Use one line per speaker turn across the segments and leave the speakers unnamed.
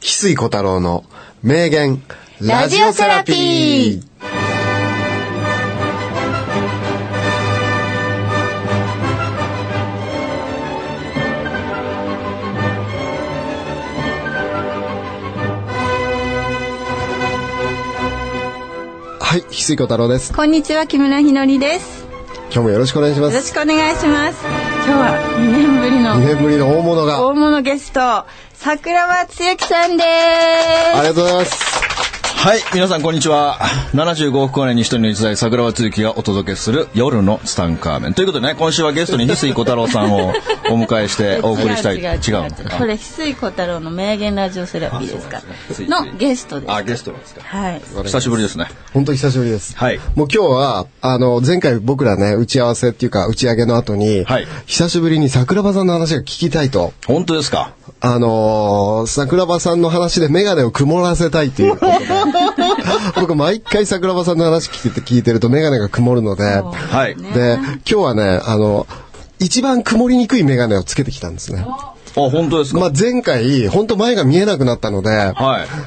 翡翠小太郎の名言、
ラジオセラピー
はい、翡翠小太郎です。
こんにちは木村ひのりです
今日もよろしくお願いしま
よろ
す。
しくお願いします今日は2年ぶり
2
の
年ぶりの大物が。
大物ゲスト桜庭つゆきさんで
ありが
す
とうございます。
はい、皆さんこんにちは。75億光年に一人の逸材、桜庭つゆきがお届けする夜のツタンカーメン。ということでね、今週はゲストに翡翠小太郎さんを お迎えしてお送りしたい。違う
違う違う
の
こ
か
れ翡翠小太郎の名言ラジオセラピーですか
ついつい
のゲストです
あ、ゲストなんですか。
はい
久しぶりですね。
本当に久しぶりです。
はい
もう今日は、あの、前回僕らね、打ち合わせっていうか、打ち上げの後に、
はい
久しぶりに桜庭さんの話が聞きたいと、
本当ですか。
あのー桜庭さんの話でメガネを曇らせたいって いうことで僕毎回桜庭さんの話聞いて聞いてるとメガネが曇るので、
はい。
で、今日はね、あの、一番曇りにくいメガネをつけてきたんですね。
あ、本当ですか。
まあ、前回、本当前が見えなくなったので、
はい。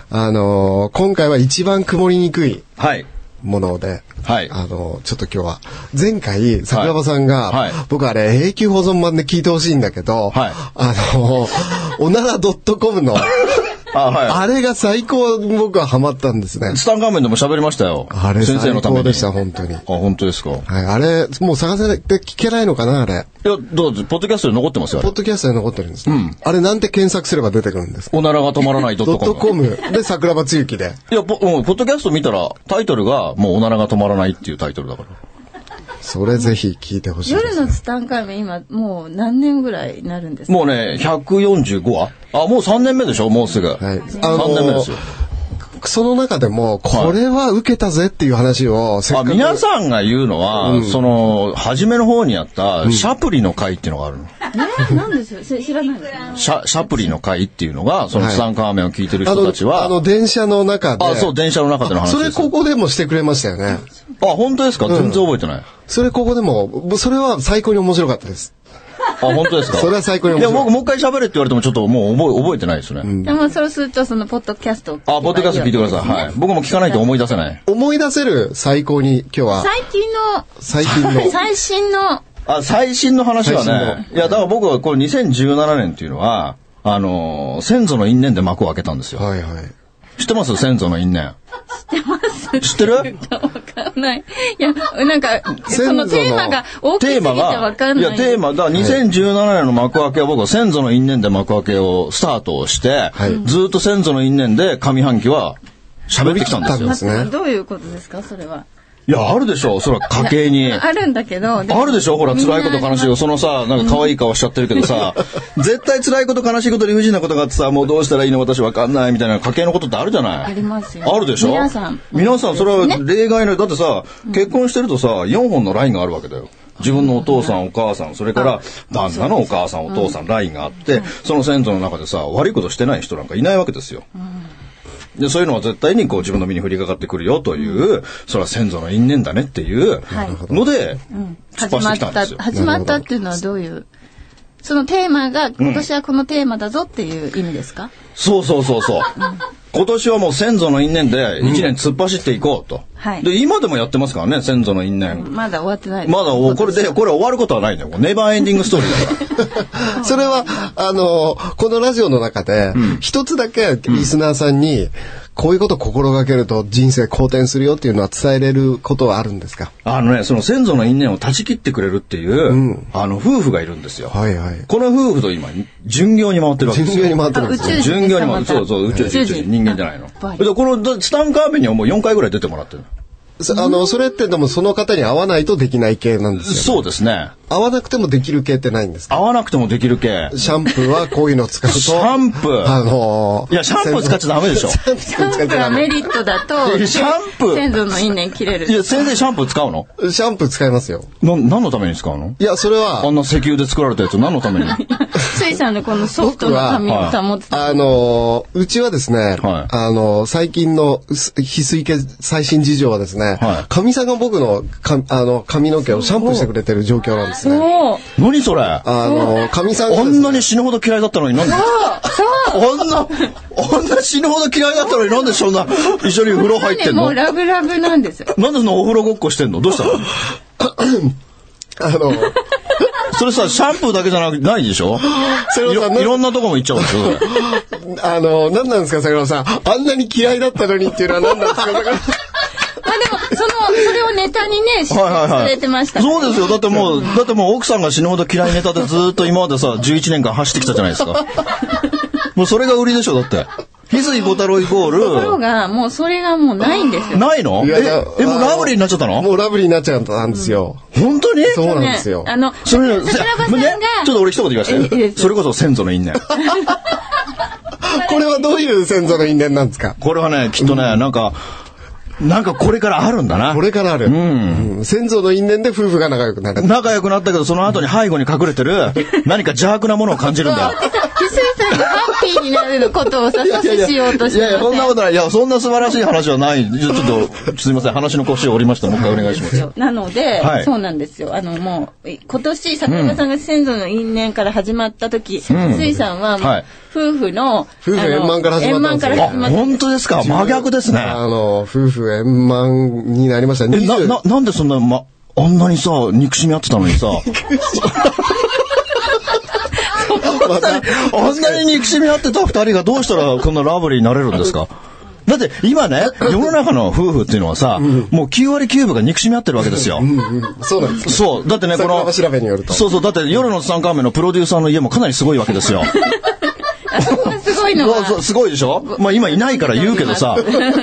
あのー今回は一番曇りにくい
はい。
もので、
はい
あのーちょっと今日は、前回、桜庭さんが、
はい
僕あれ、永久保存版で聞いてほしいんだけど、
はい
あのーおなら .com の、
あ、は
あれが最高に僕はハマったんですね
い。。ツタンカーメンでも喋りましたよ。
あれ
先生
最
のため
高
に。
でした、
あ、
本当に。はい、
本当ですか。い
あれ、もう探せて聞けないのかな、あれ。
や、どうぞ、ポッドキャストで残ってますよ。あ
ポ
れ
ッドキャストに残ってるんです。あれなんて検索すれば出てくるんですか
おならが止まらないドッ
ド
ト
ット
コ
コ
ム。
ムで桜庭つゆきで。
いや、ポうんポッドキャスト見たら、タイトルが、もうおならが止まらないっていうタイトルだから。
それぜひ聞いてほしいです。
夜のツタンカーメン今もう何年ぐらいになるんですか
もうね、145話あ、もう3年目でしょもうすぐ。
はい
3年目ですよ。
その中でも、これは受けたぜっていう話を、せっ
あ、
かく
皆さんが言うのは、その、初めの方にあった、シャプリの会っていうのがあるの。
え何ですよせ知らないの
シャ、シャプリの会っていうのが、その
はい
ツタンカーメンを聞いてる
あ
人たち
の、
は、
あの、電車の中で。
あそう、電車の中での話
そ
で
れ
す。
ここでもしてくれましたよね。
あ、本当ですか全然覚えてない。
それここでも、それは最高に面白かったです。
あ、本当ですか
それは最高に面
いや、
白い
僕もう一回喋れって言われても、ちょっともう覚え、覚えてないですね。
でもそうするとそのポッドキャストを聞けば
あ、ポッドキャスト聞いてください。はい。僕も聞かないと思い出せない。
思い出せる最高に今日は、
最近の
最近の。
最新の
あ、最新の話は
最
ね、いや、だから僕はこれ2017年っていうのは、あのー先祖の因縁で幕を開けたんですよ。
はいはい。
知ってます先祖の因縁。知ってます。知ってる
わかんない。いや、なんか、そのテーマが大きすぎ
テ
て
ーマ
わか
が、
ん
い
ない。
や、テーマ、だから2017年の幕開けは僕は先祖の因縁で幕開けをスタートをして、
はい
ずっと先祖の因縁で上半期は喋ってきたんです
喋ってきたんで
よ
す。ね
どういうことですか、それは。
いや、あるでしょそれは家計 に。
あるんだけど、も
あるでしょほら、辛いこと悲しいこと、そのさ、なんか可愛い顔しちゃってるけどさ、 絶対辛いこと悲しいこと理不尽なことがあってさ、もうどうしたらいいの私わかんないみたいな家計のことってあるじゃない
ありますよ
あるでしょ
皆さん
皆さん、それは例外の、だってさ、結婚してるとさ、4本のラインがあるわけだよ。自分のお父さん、お母さん、それから旦那のお母さん、お父さん、ラインがあって、その先祖の中でさ、悪いことしてない人なんかいないわけですよ。で、そういうのは絶対にこう自分の身に降りかかってくるよという、それは先祖の因縁だねっていう
い
ので、突っ
始まっ
走ってきたんで
た
す、よ。
始まったっていうのはどういう、そのテーマが、今年はこのテーマだぞっていう意味ですか、
そうそうそうそう。今年はもう先祖の因縁で一年突っ走っていこうと。
はい
で、今でもやってますからね、先祖の因縁。
まだ終わってないです。
まだお、これで、これ終わることはないんだよ。ネバーエンディングストーリーだから。
それは、あの、このラジオの中で、一つだけリスナーさんに、こういうことを心がけると人生好転するよっていうのは伝えれることはあるんですか
あのね、その先祖の因縁を断ち切ってくれるっていう、あの、夫婦がいるんですよ。
はいはい。
この夫婦と今、巡業に回ってるわけ
人
ですよ。
形に回ってるんです
あ宇宙
ね
人
巡業に回って
そ
そううそう、宇宙人、
宇宙
宇宙
人
人、人間じゃないの。
はい
で、この、だツタンカーメンにはもう4回ぐらい出てもらってるの。
そあの、それってでもその方に合わないとできない系なんですよ。
そうですね。
合わなくてもできる系ってないんですか
合わなくてもできる系。
シャンプーはこういうのを使うと。
シャンプー
あのー
いや、シャンプー使っちゃダメでしょ。
シ
シャンプーはメリットだと、
いやシャンプー
先祖の因縁切れる
い。や、先生シャンプー使うの
ト。シャンプー使いますよ。
な、何のために使うの
いや、それ
あ
は、
んな石油で作られたやつ何のためには
水産のこのソフトの髪を保ってた。
あのーうちはですね、
はい
あのー最近のす翡翠家最新事情はですね、
はい
神さんが僕のかあの髪の毛をシャンプーしてくれてる状況なんでですね。
そう。
何それ
あの、かみさん
あ
がで
ん
す
な
ね
に死ぬほど嫌いだったのになんであんな、あんな死ぬほど嫌いだったのになんでそんな一緒に風呂入ってん
も
の
う
なんで
ラブラブなんです。
そのお風呂ごっこしてんのどうしたの
あの、
それさ、シャンプーだけじゃなくないで しょ
瀬
い
野さん
ろいろ
の、
んなとこも行っちゃうんですよ、それ
あの、何なんですか、瀬野さん。あんなに嫌いだったのにっていうのは何なんですかだから
まあでも、その、それをネタにね、し
はいはい
さ
はい。
れてました。
そうですよ。だってもう、だってもう奥さんが死ぬほど嫌いネタでずーっと今までさ、11年間走ってきたじゃない ですか。もうそれが売りでしょ、だって。翡翠小太郎イ
とこ
コ
ろ
ー
が、もうそれがもうないんです
ル、
よ。
ないの
い
え
やいや
え、もうラブリーになっちゃったの
もうラブリーになっちゃったんですよ。
本当に
そうなんですよ
ね。あの、
それ、せ
桜庭さん
ね
が、
ちょっと俺一言言わせ
いいで
て。
す
それこそ先祖の因縁。
これはどういう先祖の因縁なんですか
これはね、きっとね、なんか、なんかこれからあるんだな
こ。れからある。うん先祖の因縁で夫婦が仲良くなれた。
仲良くなったけど、その後に背後に隠れてる、何か邪悪なものを感じるんだよ。
ひすいさんがハッピーになることをさ、阻止しようとして
いやいや、そ
ま
んな
せ
こ
ん
とない。いや、そんな素晴らしい話はない。ちょちょっと、すみません。話の腰を折りました。もう一回お願いします。
なので、
はい
そうなんですよ。あの、もう、い今年、桜庭さんが先祖の因縁から始まった時、ひすいさんは、もう
はい
夫婦の、
夫婦円満から始まったんですよ
あの円満から
あ
始ま、った
本当ですか真逆ですね。
あの、夫婦円満になりました。
え、な、
20
な、なんでそんな、ま、あんなにさ、憎しみ合ってたのにさ、
また
あんなに憎しみ合ってた二人がどうしたらこんなラブリーになれるんですかだって今ね、世の中の夫婦っていうのはさ、もう9割9分が憎しみ合ってるわけですよ。
そうなんですか。
そう。だってね、こ
桜
の
庭、調べによると。
そうそう。だって夜の三冠目のプロデューサーの家もかなりすごいわけですよ。
あそこがすごいのは
そう、そうすごいでしょまあ今いないから言うけど さ、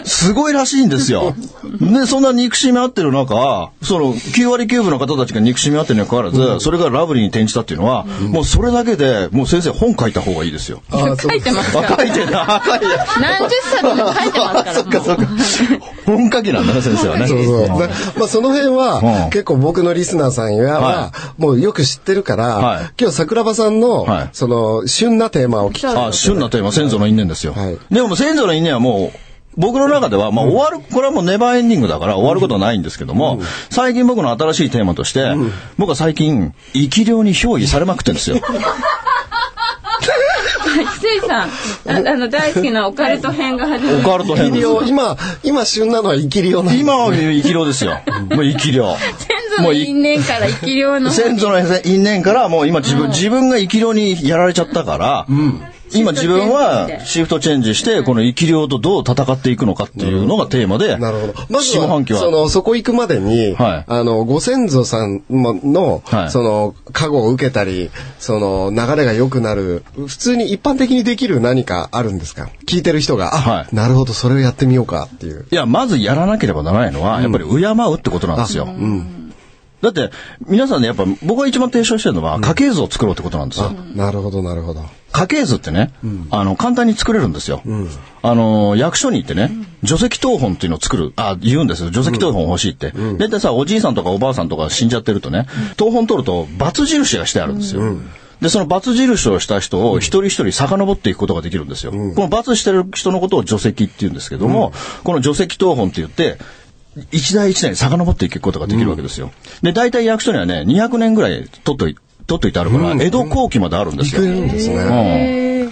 すごいらしいんですよ。で、そんな憎しみ合ってる中、その9割9分の方たちが憎しみ合ってるにもかかわらず、それがラブリーに転じたっていうのは、もうそれだけで、もう先生本書いた方がいいですよ。
あーそう
書いてますか
あ、書
ら。
いてな、書いてな。
何十冊も書いてますから、
そっか
も
そっか。本書きなんだね、先生はね。
そうそう。だまあその辺は、
うん
結構僕のリスナーさんやは
は、
もうよく知ってるから、
はい
今日桜庭さんの、
はい
その、旬なテーマを聞きたい。
あ、旬なテーマ、先祖の因縁ですよ。
はい
でも先祖の因縁はもう、僕の中では、まあ終わる、これはもうネバーエンディングだから終わることはないんですけども、最近僕の新しいテーマとして、僕は最近、生き量に憑依されまくってるん ですよ。
う。ひすいさん、ああの、大好きなオカルト編が始ま
オ
る。
カルト
生
編
き
です
量
よ。
今、今旬なのは生き量なんで。
今は生き量ですよ。もう生き量。
先祖の因縁から生き量の。
先祖の因縁からもう今自分、自分が生き量にやられちゃったから、今自分はシフトチェンジして、この生き量とどう戦っていくのかっていうのがテーマ で、
なるほど。まず
下
は
半、期は。
その、そこ行くまでに、
はい
あの、ご先祖さんの、
はい
その、加護を受けたり、その、流れが良くなる、普通に一般的にできる何かあるんですか聞いてる人が、あ、
はい
なるほど、それをやってみようかっていう。
いや、まずやらなければならないのは、やっぱり敬うってことなんですよ。だって、皆さんね、やっぱ僕が一番提唱してるのは、家系図を作ろうってことなんですよ。
なるほど、なるほど。
家系図ってね、あの、簡単に作れるんですよ。あの、役所に行ってね、除籍謄本っていうのを作る、あ、言うんですよ。除籍謄本欲しいって。だいたいさ、おじいさんとかおばあさんとか死んじゃってるとね、謄本取ると、罰印がしてあるんですよ。で、その罰印をした人を一人一人遡っていくことができるんですよ。この罰してる人のことを除籍って言うんですけども、この除籍謄本って言って、一代一代遡っていくことができるわけですよ。で、大体役所にはね、200年ぐらい取っとい取っといてあるから、江戸後期まであるんです
聞
よ。
けるんですね。
うん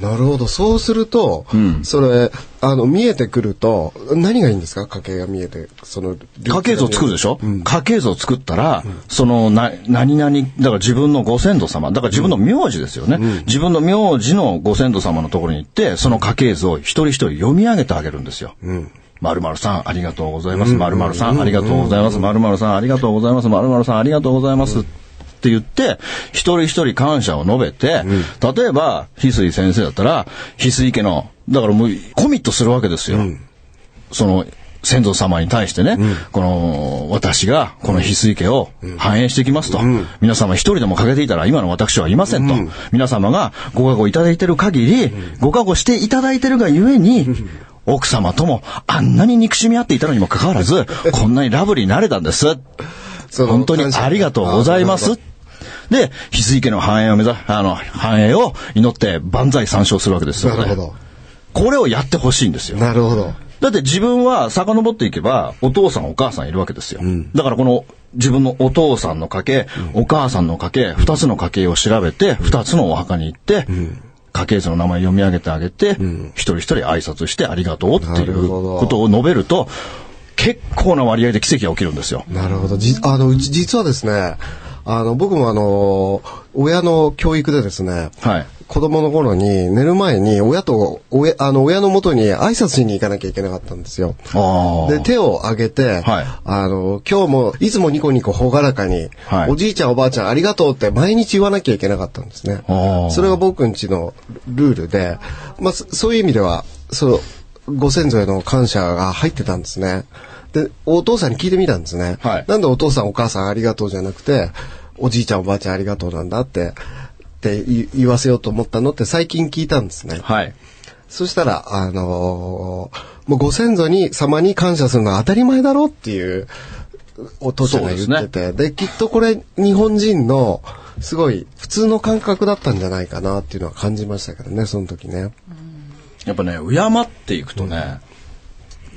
なるほど。そうすると、それ、あの、見えてくると、何がいいんですか家計が見えて、その、
家系図を作るでしょ、家系図を作ったら、そのな、何々、だから自分のご先祖様、だから自分の名字ですよね。自分の名字のご先祖様のところに行って、その家系図を一人一人読み上げてあげるんですよ。〇〇さん、ありがとうございます。〇〇さん、ありがとうございます。〇〇さん、ありがとうございます。〇〇さん、ありがとうございます。って言って、一人一人感謝を述べて、例えば、翡翠先生だったら、翡翠家の、だからもうコミットするわけですよ。その先祖様に対してね、この私がこの翡翠家を繁栄していきますと、皆様一人でも欠けていたら今の私はいませんと、皆様がご加護いただいてる限り、ご加護していただいてるがゆえに、奥様ともあんなに憎しみ合っていたのにもかかわらず、こんなにラブリーになれたんです。
その
本当にありがとうございま。
あな
す
る。
で、翡翠家の繁栄を目指、あの、繁栄を祈って万歳参照するわけですよ、
なるほど
これをやってほしいんですよ
ほど。なるほど。
だって自分は遡っていけば、お父さんお母さんいるわけですよ。だからこの、自分のお父さんの家系、お母さんの家系、二つの家系を調べて、二つのお墓に行って、家系図の名前読み上げてあげて、一人一人挨拶してありがとうって
ないる
う
ほど
ことを述べると、結構な割合で奇跡が起きるんですよ。
なるほど。じ、あの、うち実はですね、あの、僕もあの、親の教育でですね、
はい。
子供の頃に寝る前に親と、親、あの、親の元に挨拶しに行かなきゃいけなかったんですよ。
ああ。
で、手を挙げて、
はい
あの、今日もいつもニコニコ朗らかに、
はい
おじいちゃんおばあちゃんありがとうって毎日言わなきゃいけなかったんですね
あー。
それが僕んちのルールで、まあ、そそういう意味では、その、ご先祖への感謝が入ってたんですね。で、お父さんに聞いてみたんですね。
はい
なんでお父さんお母さんありがとうじゃなくて、おじいちゃんおばあちゃんありがとうなんだって、って言言わせようと思ったのって最近聞いたんですね。
はい。
そしたら、あのーもうご先祖に様に感謝するのは当たり前だろうっていう、お父さんが言ってて、できっとこれ日本人のすごい普通の感覚だったんじゃないかなっていうのは感じましたけどね、その時ね。
やっぱね、敬っていくとね、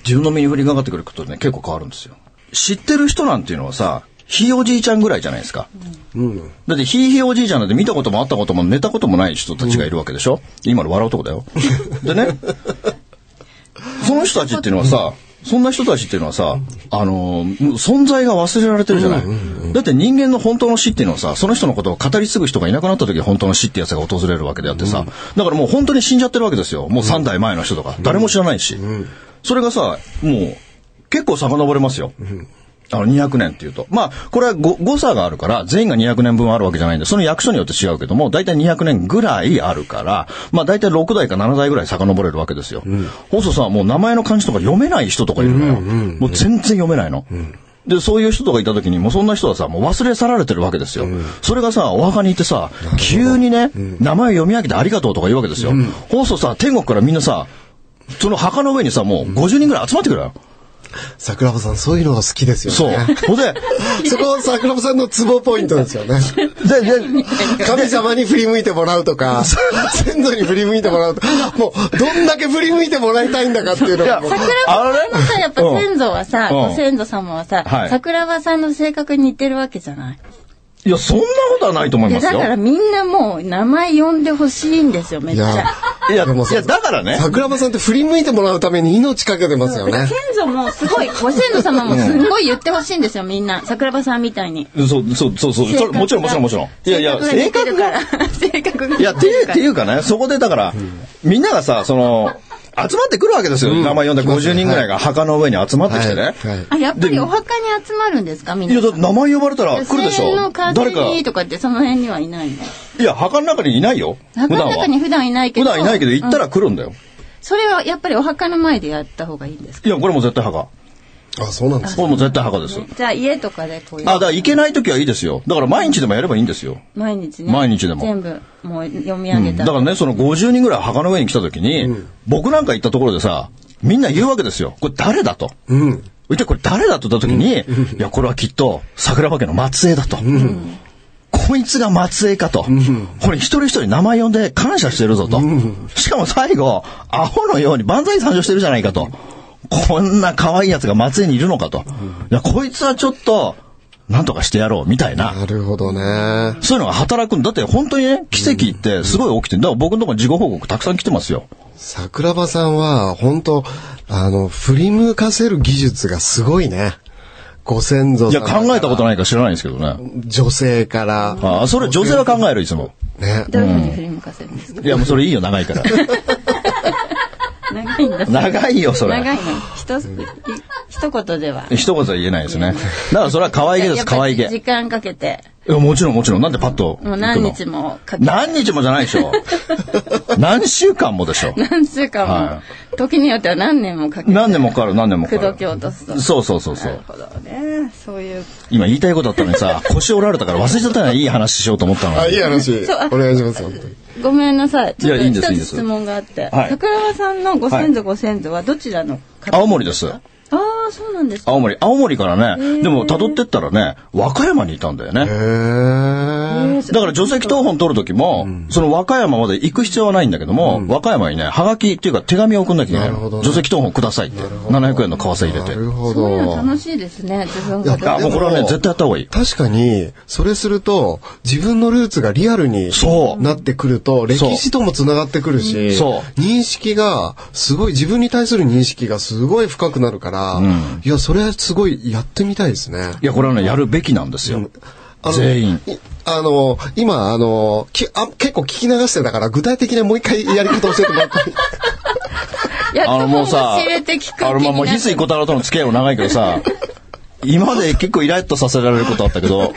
自分の身に降りかかってくることね、結構変わるんですよ。知ってる人なんていうのはさ、ひいおじいちゃんぐらいじゃないですか。
うん。
だってひいひいおじいちゃんなんて見たことも会ったことも寝たこともない人たちがいるわけでしょ、今の笑うとこ だよ。でね、その人たちっていうのはさ、そんな人たちっていうのはさ、あのー存在が忘れられてるじゃない、だって人間の本当の死っていうのはさ、その人のことを語り継ぐ人がいなくなった時本当の死ってやつが訪れるわけであってさ、だからもう本当に死んじゃってるわけですよ。もう3代前の人とか、誰も知らないし。それがさ、もう結構遡れますよ。あの、200年っていうと。まあ、これはご誤差があるから、全員が200年分あるわけじゃないんで、その役所によって違うけども、大体200年ぐらいあるから、まあ、大体6代か7代ぐらい遡れるわけですよ。細田さんはもう名前の漢字とか読めない人とかいるのよ。もう全然読めないの。で、そういう人とかいた時に、もうそんな人はさ、もう忘れ去られてるわけですよ。それがさ、お墓に行ってさ、急にね、名前読み上げてありがとうとか言うわけですよ。放送さ、天国からみんなさ、その墓の上にさ、もう50人ぐらい集まってくるよ。
桜庭さん、そういうのが好きですよ
そう
ね。。
ほんで、
そう。そこは桜庭さんのツボポイントですよね。
で、で、
神様に振り向いてもらうとか、先祖に振り向いてもらうとか、もう、どんだけ振り向いてもらいたいんだかっていうのがもう、
桜庭さんのさ、やっぱ先祖はさ、
うん
ご先祖様はさ、
はい
桜庭さんの性格に似てるわけじゃない。
いや、そんなことはないと思い
いや、
ま
だ
すよ。
からみんなもう名前呼んでほしいんですよ、めっ
い
ち
や
ゃ。、
いや、
でも
いやだからね。
桜庭さんって振り向いてもらうために命かけてますよね。
先祖もすごい、ご先祖様もすごい言ってほしいんですよ、みんな。桜庭さんみたいに。
そう、そう、そう、そう、それもちろん、もちろん、もちろん。いやいや、
性
性
格
格
が似
が。
てるから。性格が。。
いや、っていう、っていううかね、そこでだから、みんながさ、その、集まってくるわけですよ。名前呼んで50人ぐらいが墓の上に集まってきてね。
はいはい
あ、やっぱりお墓に集まるんですか、みん
い
な。
や、だって名前呼ばれたら来るでし
千
ょ
の。風
誰か、
に
い
とかってその辺にはいないの。
や、墓の中にいないよ。普
墓
段
の
は
中。に普段いないけ
普
ど。
段いないけど、行ったら来るんだよ。
それはやっぱりお墓の前でやった方がいいんですか
いや、これもう絶対墓。
あ、そうなんですか。
これもう絶対墓です。
じゃあ家とかでこういう。
あ、だから行けない時はいいですよ。だから毎日でもやればいいんですよ。
毎日ね。
毎日でも
全部、もう読み上げた。
だかららね、その50人ぐらい墓の上に来た時に、僕なんか行ったところでさ、みんな言うわけですよ。これ誰だと。
うん。
一体これ誰だと言った時に、いや、これはきっと桜庭家の末裔だと。こいつが末裔かと。これ一人一人名前呼んで感謝してるぞと。しかも最後、アホのように万歳参上してるじゃないかと。こんな可愛い奴が末裔にいるのかと。いや、こいつはちょっと、なんとかしてやろう、みたいな。
なるほどね。
そういうのが働くんだって、本当にね、奇跡ってすごい起きてる。だから僕のところに事後報告たくさん来てますよ。
桜庭さんは、本当あの、振り向かせる技術がすごいね。ご先祖
い
さ
や、
んから
考えたことないから知らないんですけどね。
女性から、
ああ、それ女性は考える、いつも。
ね。
どういうふうに振り向かせるんですか
いや、もうそれいいよ、長いから。
長いんだ。
長いよ、それ。
長いの。ひと、一言では。
一言は言えないですね。だからそれは可愛げで
や
す、
っぱり
可愛げ。
時間かけて、
いやもちろん、もちろん。なんでパッと。
もう何日。もかけて、
何日もじゃないで しょ。何週間もでしょ。
何週間
は
も、時によっては何年もかけて、
何年もかかる、何年も
口
か
説き
か
落とすと
る。。そうそうそうそ
なる
う。
ほどね。そういう。
今言いたいことだったのにさ、腰折られたから忘れちゃったらいい話しようと思ったの
あ、い
に。
い話
そうあ。
お願いします、本当に。
ごめんなさい。ちょっと
いやいいん
一
ですいいん
つ
です
質問があって。
はい
桜庭さんのご先祖ご先祖はどちらの方
青森です。
ああ、あ、そうなんですか。
青森。青森からね、でも辿ってったらね、和歌山にいたんだよね。
へえ。
だから除籍謄本取る時も、その和歌山まで行く必要はないんだけども、和歌山にね、はがきっていうか手紙を送んなきゃいけない
なるほど
の。
ね
除籍謄本くださいって。700円の為替入れ
な
て。
るほ
そういう
ど
の。楽しいですね、自分が。
い
あ、
や
もうこれはね、絶対やった方がいい。
確かに、それすると、自分のルーツがリアルに
そう
なってくると、歴史とも繋がってくるし、
そ
認識が、すごい、自分に対する認識がすごい深くなるから、いや、それすごいやってみたいですね。
いや、これはね、やるべきなんですよ。
あの
全員。
いあの、今、あの、きあ結構聞き流してたから、具体的にもう一回やり方教えてもらって いい
やっ
あ
とも
のも
う
うさ、
教えて聞く気
あの
にな
まあもう翡翠小太郎との付き合いも長いけ どさ、今まで結構イラッとさせられることあったけど、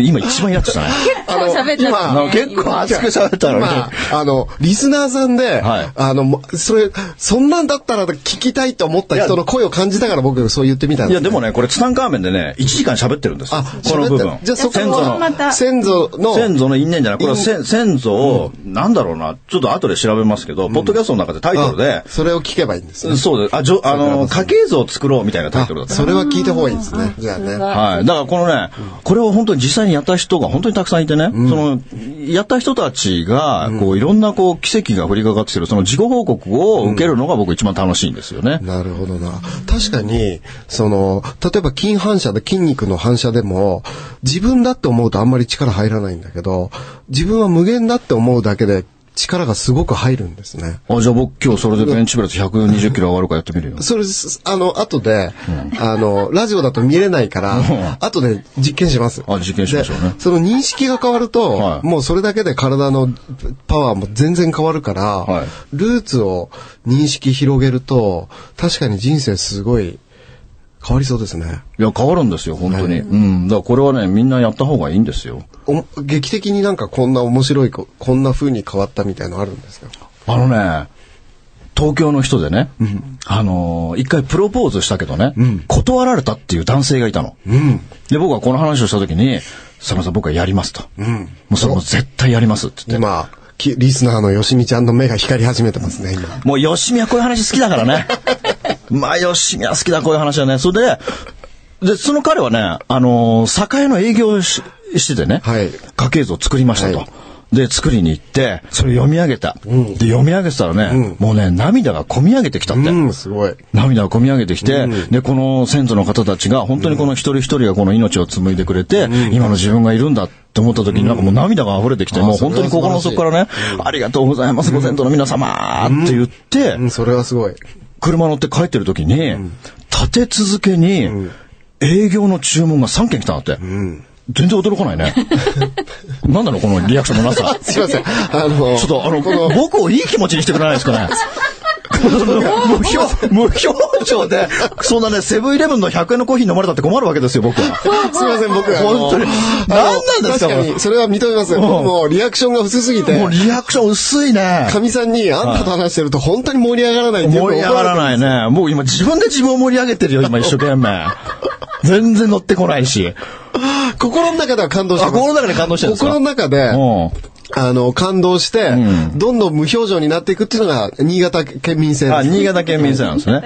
今一番イラッとしたね。
結構喋っちゃった
あ
あ
の
の結構熱く喋ったのに。
まあ、あの、リスナーさんで、
はい
あの、もそれ、そんなんだったら聞きたいと思った人の声を感じながら僕そう言ってみたん
い
です
やでもね、これツタンカーメンでね、1時間喋ってるんですよ。
あ、
この部分。
じゃあそこ
先祖の
ま、た
先祖の、
先祖の因縁じゃない。これは先先祖を、なんだろうな、ちょっと後で調べますけど、ポッドキャストの中でタイトルで
あ、それを聞けばいいんですね。
そうです。あ、じょあの、家系図を作ろうみたいなタイトルだったね
それは聞いた方がいいですね。じゃあね。
はい。だからこのね、これを本当に実際にやった人が本当にたくさんいてね、その、やった人たちが、こう、いろんなこう、奇跡が降りかかってきる、その事後報告を受けるのが僕一番楽しいんですよね。
なるほどな。確かに、その、例えば筋反射で筋肉の反射でも、自分だって思うとあんまり力入らないんだけど、自分は無限だって思うだけで力がすごく入るんですね。
あ、じゃあ僕今日それでベンチプレス120キロ上がるからやってみるよ。
それ、すあの、後で、あの、ラジオだと見れないから、後で実験します。
あ実験しましょうね
でその認識が変わると、
はい
もうそれだけで体のパワーも全然変わるから、
はい
ルーツを認識広げると、確かに人生すごい変わりそうですね。
いや、変わるんですよ、本当に。うん。だからこれはね、みんなやった方がいいんですよ。
お劇的になんかこんな面白いこ、こんな風に変わったみたいのあるんですか
あのね、東京の人でね、あのー一回プロポーズしたけどね、断られたっていう男性がいたの。で、僕はこの話をした時に、さまさん僕はやりますと。もうそれもう絶対やりますって言って。
今、きリスナーのよしみちゃんの目が光り始めてますね、今。
もう、よしみはこういう話好きだか らね。まあ、よしみは好きだ、こういう話はね。それで、で、その彼はね、あのー酒屋の営業をししててね、
はい
家系図を作りましたと。
はい
で、作りに行って、それ読み上げた。で、読み上げてたらね、もうね、涙が込み上げてきたって。
うん、すごい。
涙を込み上げてきて、で、この先祖の方たちが、本当にこの一人一人がこの命を紡いでくれて、今の自分がいるんだって思った時に、なんかもう涙が溢れてきて、もう本当に心の底からね、ありがとうございます、ご先祖の皆様って言って、
うん、それはすごい。
車乗って帰ってる時に、立て続けに、営業の注文が3件来たんだって。全然驚かない ね。なんだろう、このリアクションのなさ。
すいません。あの、
ちょっと、あの、
この、
僕をいい気持ちにしてくれないです かね。この無表無表情で、そんなね、セブンイレブンの100円のコーヒー飲まれたって困るわけ ですよ、僕は。
すいません、僕、あの
本当に。
あの
何なんです
確
か、
かに、それは認めます。
ん
もう、リアクションが薄すぎて
も、うリアクション薄いね。
かみさんに、あんたと話してると本当に盛り上がらないってよく
盛り上がら
怒れ
ないね。もう今自分で自分を盛り上げてるよ、今一生懸命。全然乗ってこないし。
てる心の中では感動して
あ、
ます
心の中で感動してるんですか
心の中で、
うん。
あの、感動して、どんどん無表情になっていくっていうのが、新潟県民性です
あ、新潟県民性なんですね。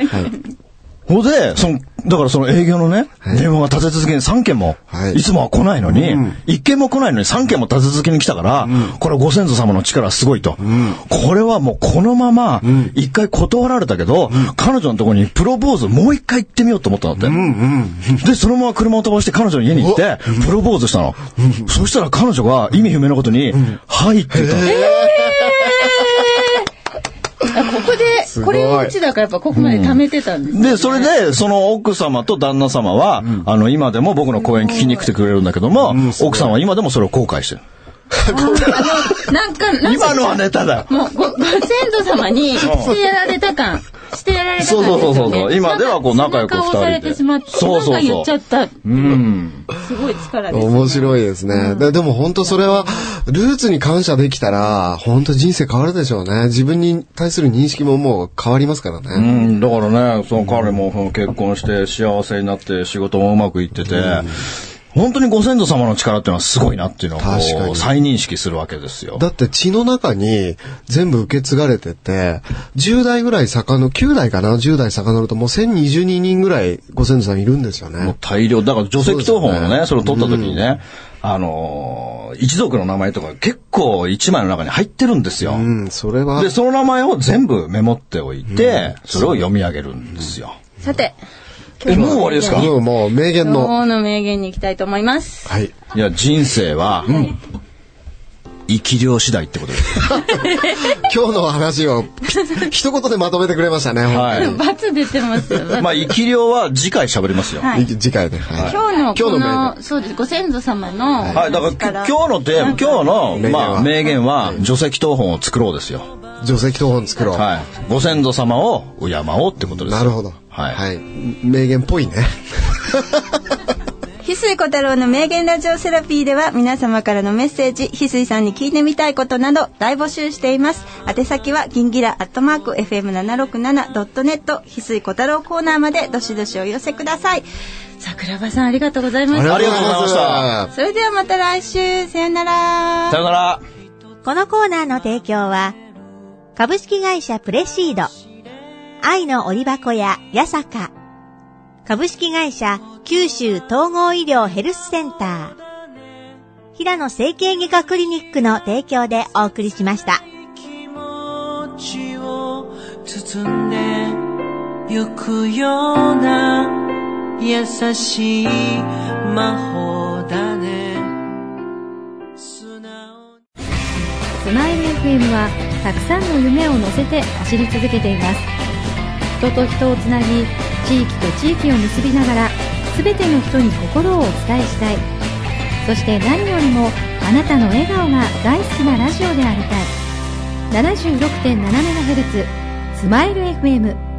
ほんで、その、だからその営業のね、電話が立て続けに3件も、
はい
い、つもは来ないのに、1件も来ないのに3件も立て続けに来たから、これはご先祖様の力はすごいと。これはもうこのまま、1回断られたけど、彼女のところにプロポーズもう1回行ってみようと思ったんだって。で、そのまま車を飛ばして彼女の家に行って、プロポーズしたの。そしたら彼女が意味不明なことに、はいって言ったの。
あここで、これをうちだからやっぱここまで貯めてたんです。
で、それで、その奥様と旦那様は、あの、今でも僕の講演聞きに来てくれるんだけども、奥さんは今でもそれを後悔してる。
なんか、なんか
今のはネタだよ。
もうご、ご先祖様にしてやられた感、してやられた感
そうそうそうそう
ですよね
今ではこう仲良く
なんか背中を押されてしまって、
二人でそうそうそう
なんか言っちゃった。
うん。
すごい力です。
面白いですね。ででも本当それは、ルーツに感謝できたら、本当人生変わるでしょうね。自分に対する認識ももう変わりますからね。
うん、だからね、その彼もその結婚して幸せになって仕事もうまくいってて、本当にご先祖様の力っていうのはすごいなっていうのをこ
確か
う
に
再認識するわけですよ。
だって血の中に全部受け継がれてて、10代ぐらい遡、9代かな ?10 代遡るともう1022人ぐらいご先祖さんいるんですよ
もう
ね。
大量、だから除
そう
籍
ですよ
謄
ね
本をね、それを取った時にね、あのー、一族の名前とか結構一枚の中に入ってるんですよ。
うん、それは
で、、その名前を全部メモっておいて、それを読み上げるんですよ。
さて、
え、もう終わりですか
もうもう名言
今
の。
日の名言に行きたいと思います。
はい。
いや、人生は、生き量次第ってことです。
今日の話をぴ一言でまとめてくれましたね。
はい。
罰出て ますよ。
まあ、生き量は次回喋りますよ。
は
はい
い次回で。はい
今日の
今
こ
日の名
の、そうです。ご先祖様の、
い、だから、今日のテーマ、今日の、
名言は
まあ、名言は、除籍謄本を作ろうですよ。
言。除籍謄本作ろう。
はい。ご先祖様を敬おうってことですよ。
なるほど。
はい。
名言っぽいね。
翡翠小太郎の名言ラジオセラピーでは皆様からのメッセージ、翡翠さんに聞いてみたいことなど大募集しています。宛先はギンギラアットマーク FM767.net 翡翠小太郎コーナーまでどしどしお寄せください。
桜庭さんありがとうございました。
ありがとうございました
それではまた来週、さよなら
さ。よなら。
このコーナーの提供は、株式会社プレシード、愛の折箱や八坂、株式会社九州統合医療ヘルスセンター、平野整形外科クリニックの提供でお送りしました。
気持ちを包んでゆくような優しい魔法だね素直に
スマイル FM はたくさんの夢を乗せて走り続けています人と人をつなぎ地域と地域を結びながら全ての人に心をお伝えしたいそして何よりもあなたの笑顔が大好きなラジオでありたい 76.7MHz スマイル FM